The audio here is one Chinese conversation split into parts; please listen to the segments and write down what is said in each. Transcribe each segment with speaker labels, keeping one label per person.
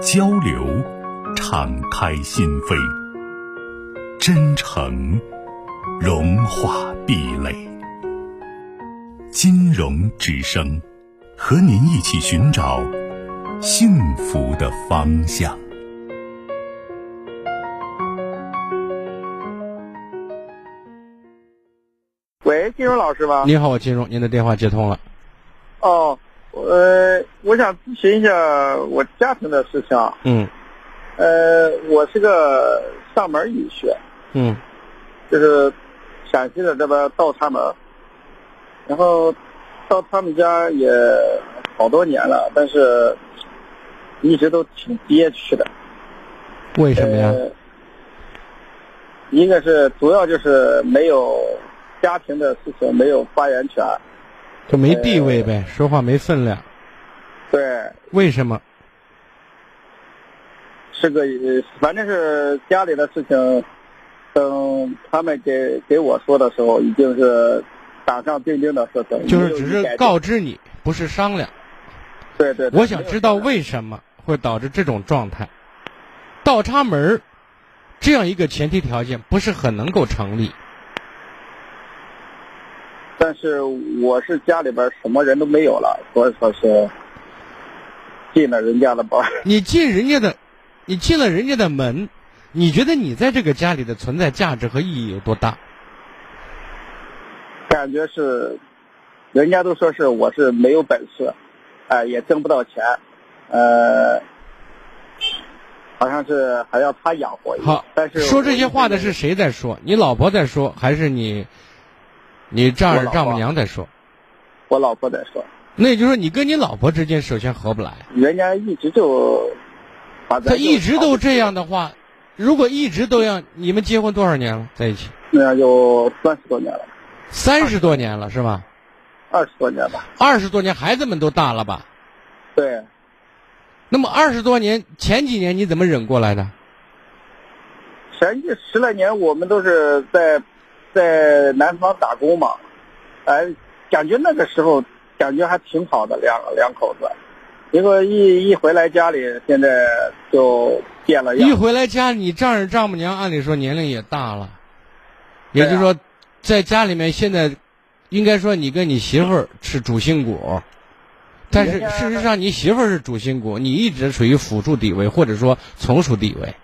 Speaker 1: 交流，敞开心扉；真诚，融化壁垒。金融之声，和您一起寻找幸福的方向。
Speaker 2: 喂，金荣老师吗？
Speaker 3: 你好，我金荣，您的电话接通了。
Speaker 2: 哦，呃，我想咨询一下我家庭的事情。啊
Speaker 3: 嗯
Speaker 2: 呃，我是个上门女婿，
Speaker 3: 嗯
Speaker 2: 就是陕西的这边倒插门，然后到他们家也好多年了，但是一直都挺憋屈的。
Speaker 3: 为什么呀？
Speaker 2: 呃一个是主要就是没有家庭的事情没有发言权，
Speaker 3: 就没地位呗，
Speaker 2: 呃
Speaker 3: 说话没分量。
Speaker 2: 对，
Speaker 3: 为什么？
Speaker 2: 是个，呃反正是家里的事情，等他们给给我说的时候，已经是打上钉钉的事情，
Speaker 3: 就
Speaker 2: 没
Speaker 3: 是
Speaker 2: 有
Speaker 3: 只
Speaker 2: 一改
Speaker 3: 是
Speaker 2: 变
Speaker 3: 告知你，不是商量。
Speaker 2: 对对对
Speaker 3: 我想知道为什么会导致这种状态。倒插门儿这样一个前提条件不是很能够成立。
Speaker 2: 但是我是家里边什么人都没有了，所以说是进了人家的班儿。
Speaker 3: 你进人家的，你进了人家的门，你觉得你在这个家里的存在价值和意义有多大？
Speaker 2: 感觉是，人家都说是我是没有本事，哎、也挣不到钱，呃，好像是还要他养活一样。
Speaker 3: 好，
Speaker 2: 但是
Speaker 3: 说这些
Speaker 2: 我
Speaker 3: 话的是谁在说？你老婆在说，还是你，你丈
Speaker 2: 我
Speaker 3: 人
Speaker 2: 老婆
Speaker 3: 丈母娘在说？
Speaker 2: 我老婆在说，
Speaker 3: 那也就是说，你跟你老婆之间首先合不来。
Speaker 2: 人家一直就把咱
Speaker 3: 她
Speaker 2: 就
Speaker 3: 一直都这样的话，如果一直都要，你们结婚多少年了？在一起
Speaker 2: 那样有三十多年了，
Speaker 3: 三十多年了是吧？
Speaker 2: 二十多年吧。
Speaker 3: 二十多年，孩子们都大了吧？
Speaker 2: 对，
Speaker 3: 那么二十多年前几年你怎么忍过来的？
Speaker 2: 前一十来年我们都是在在南方打工嘛，哎，感觉那个时候感觉还挺好的两两口子，结果一一回来家里，现在就变了
Speaker 3: 一
Speaker 2: 样。
Speaker 3: 回来家，你丈人丈母娘按理说年龄也大了，也
Speaker 2: 对啊
Speaker 3: 就是说，在家里面现在，应该说你跟你媳妇儿是主心骨，但是
Speaker 2: 人家
Speaker 3: 事实上你媳妇儿是主心骨，你一直处于辅助地位或者说从属地位。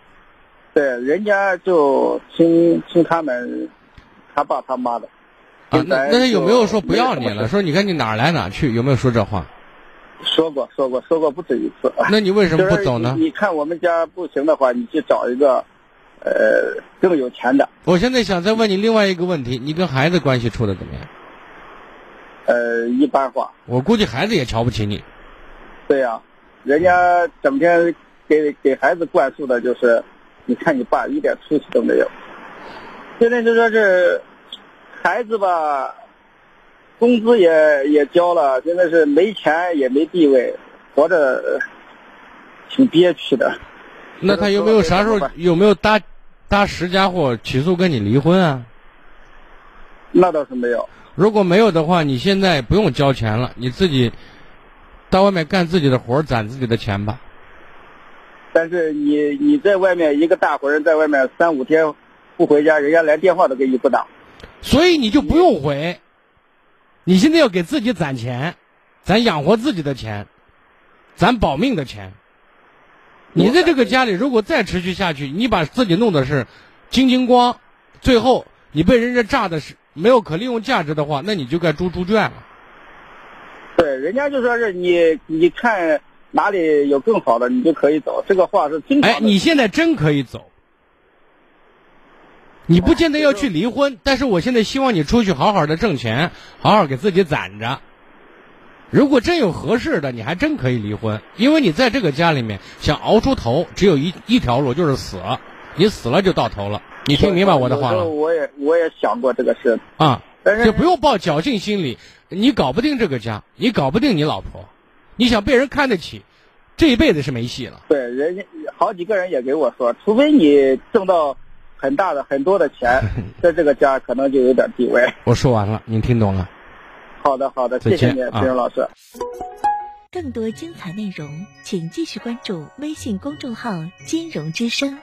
Speaker 2: 对，人家就听听他们他爸他妈的。
Speaker 3: 啊，
Speaker 2: 现
Speaker 3: 那
Speaker 2: 在
Speaker 3: 那他有
Speaker 2: 就
Speaker 3: 没有说不
Speaker 2: 没
Speaker 3: 要
Speaker 2: 什
Speaker 3: 你
Speaker 2: 么
Speaker 3: 了？
Speaker 2: 事
Speaker 3: 说你看你哪儿来哪儿去，有没有说这 话？
Speaker 2: 说过说过说过不止一次。
Speaker 3: 那你为什么
Speaker 2: 就是
Speaker 3: 不走呢
Speaker 2: 你？？你看我们家不行的话，你去找一个，呃，更有钱的。
Speaker 3: 我现在想再问你另外一个问题，你跟孩子关系处的怎么样？
Speaker 2: 呃，一般化。
Speaker 3: 我估计孩子也瞧不起你。
Speaker 2: 对呀、人家整天给给孩子灌输的就是，你看你爸一点出息都没有。现在就说是，孩子吧，工资也也交了，真的是没钱也没地位，活着呃挺憋屈的。
Speaker 3: 那他有没有啥时候
Speaker 2: 这个
Speaker 3: 有没有搭搭十家伙起诉跟你离婚啊？
Speaker 2: 那倒是没有。
Speaker 3: 如果没有的话，你现在不用交钱了，你自己到外面干自己的活儿，攒自己的钱吧。
Speaker 2: 但是你你在外面一个大活人在外面三五天不回家，人家连电话都给你不打。
Speaker 3: 所以你就不用回，你现在要给自己攒钱，攒养活自己的钱，攒保命的钱。你在这个家里如果再持续下去，你把自己弄的是精精光，最后你被人家榨的是没有可利用价值的话，那你就该住猪圈了。
Speaker 2: 对，人家就说是你你看哪里有更好的，你就可以走。这个话是 经常的。
Speaker 3: 哎，你现在真可以走，你不见得要去离婚，但是我现在希望你出去好好的挣钱，好好给自己攒着，如果真有合适的，你还真可以离婚，因为你在这个家里面想熬出头，只有一一条路，就是死。你死了就到头了，你听明白我的话
Speaker 2: 有时候
Speaker 3: 了
Speaker 2: 我也我也想过这个事，
Speaker 3: 啊？
Speaker 2: 但是
Speaker 3: 就不用抱侥幸心理，你搞不定这个家，你搞不定你老婆，你想被人看得起，这一辈子是没戏了。
Speaker 2: 对人家好几个人也给我说，除非你挣到很大的很多的钱， 在这个家可能就有点地位。
Speaker 3: 我说完了，您听懂了？
Speaker 2: 好的，好的，
Speaker 3: 再
Speaker 2: 谢谢
Speaker 3: 见
Speaker 2: 你，
Speaker 3: 啊
Speaker 2: 陈勇老师。
Speaker 4: 更多精彩内容，请继续关注微信公众号“金融之声”。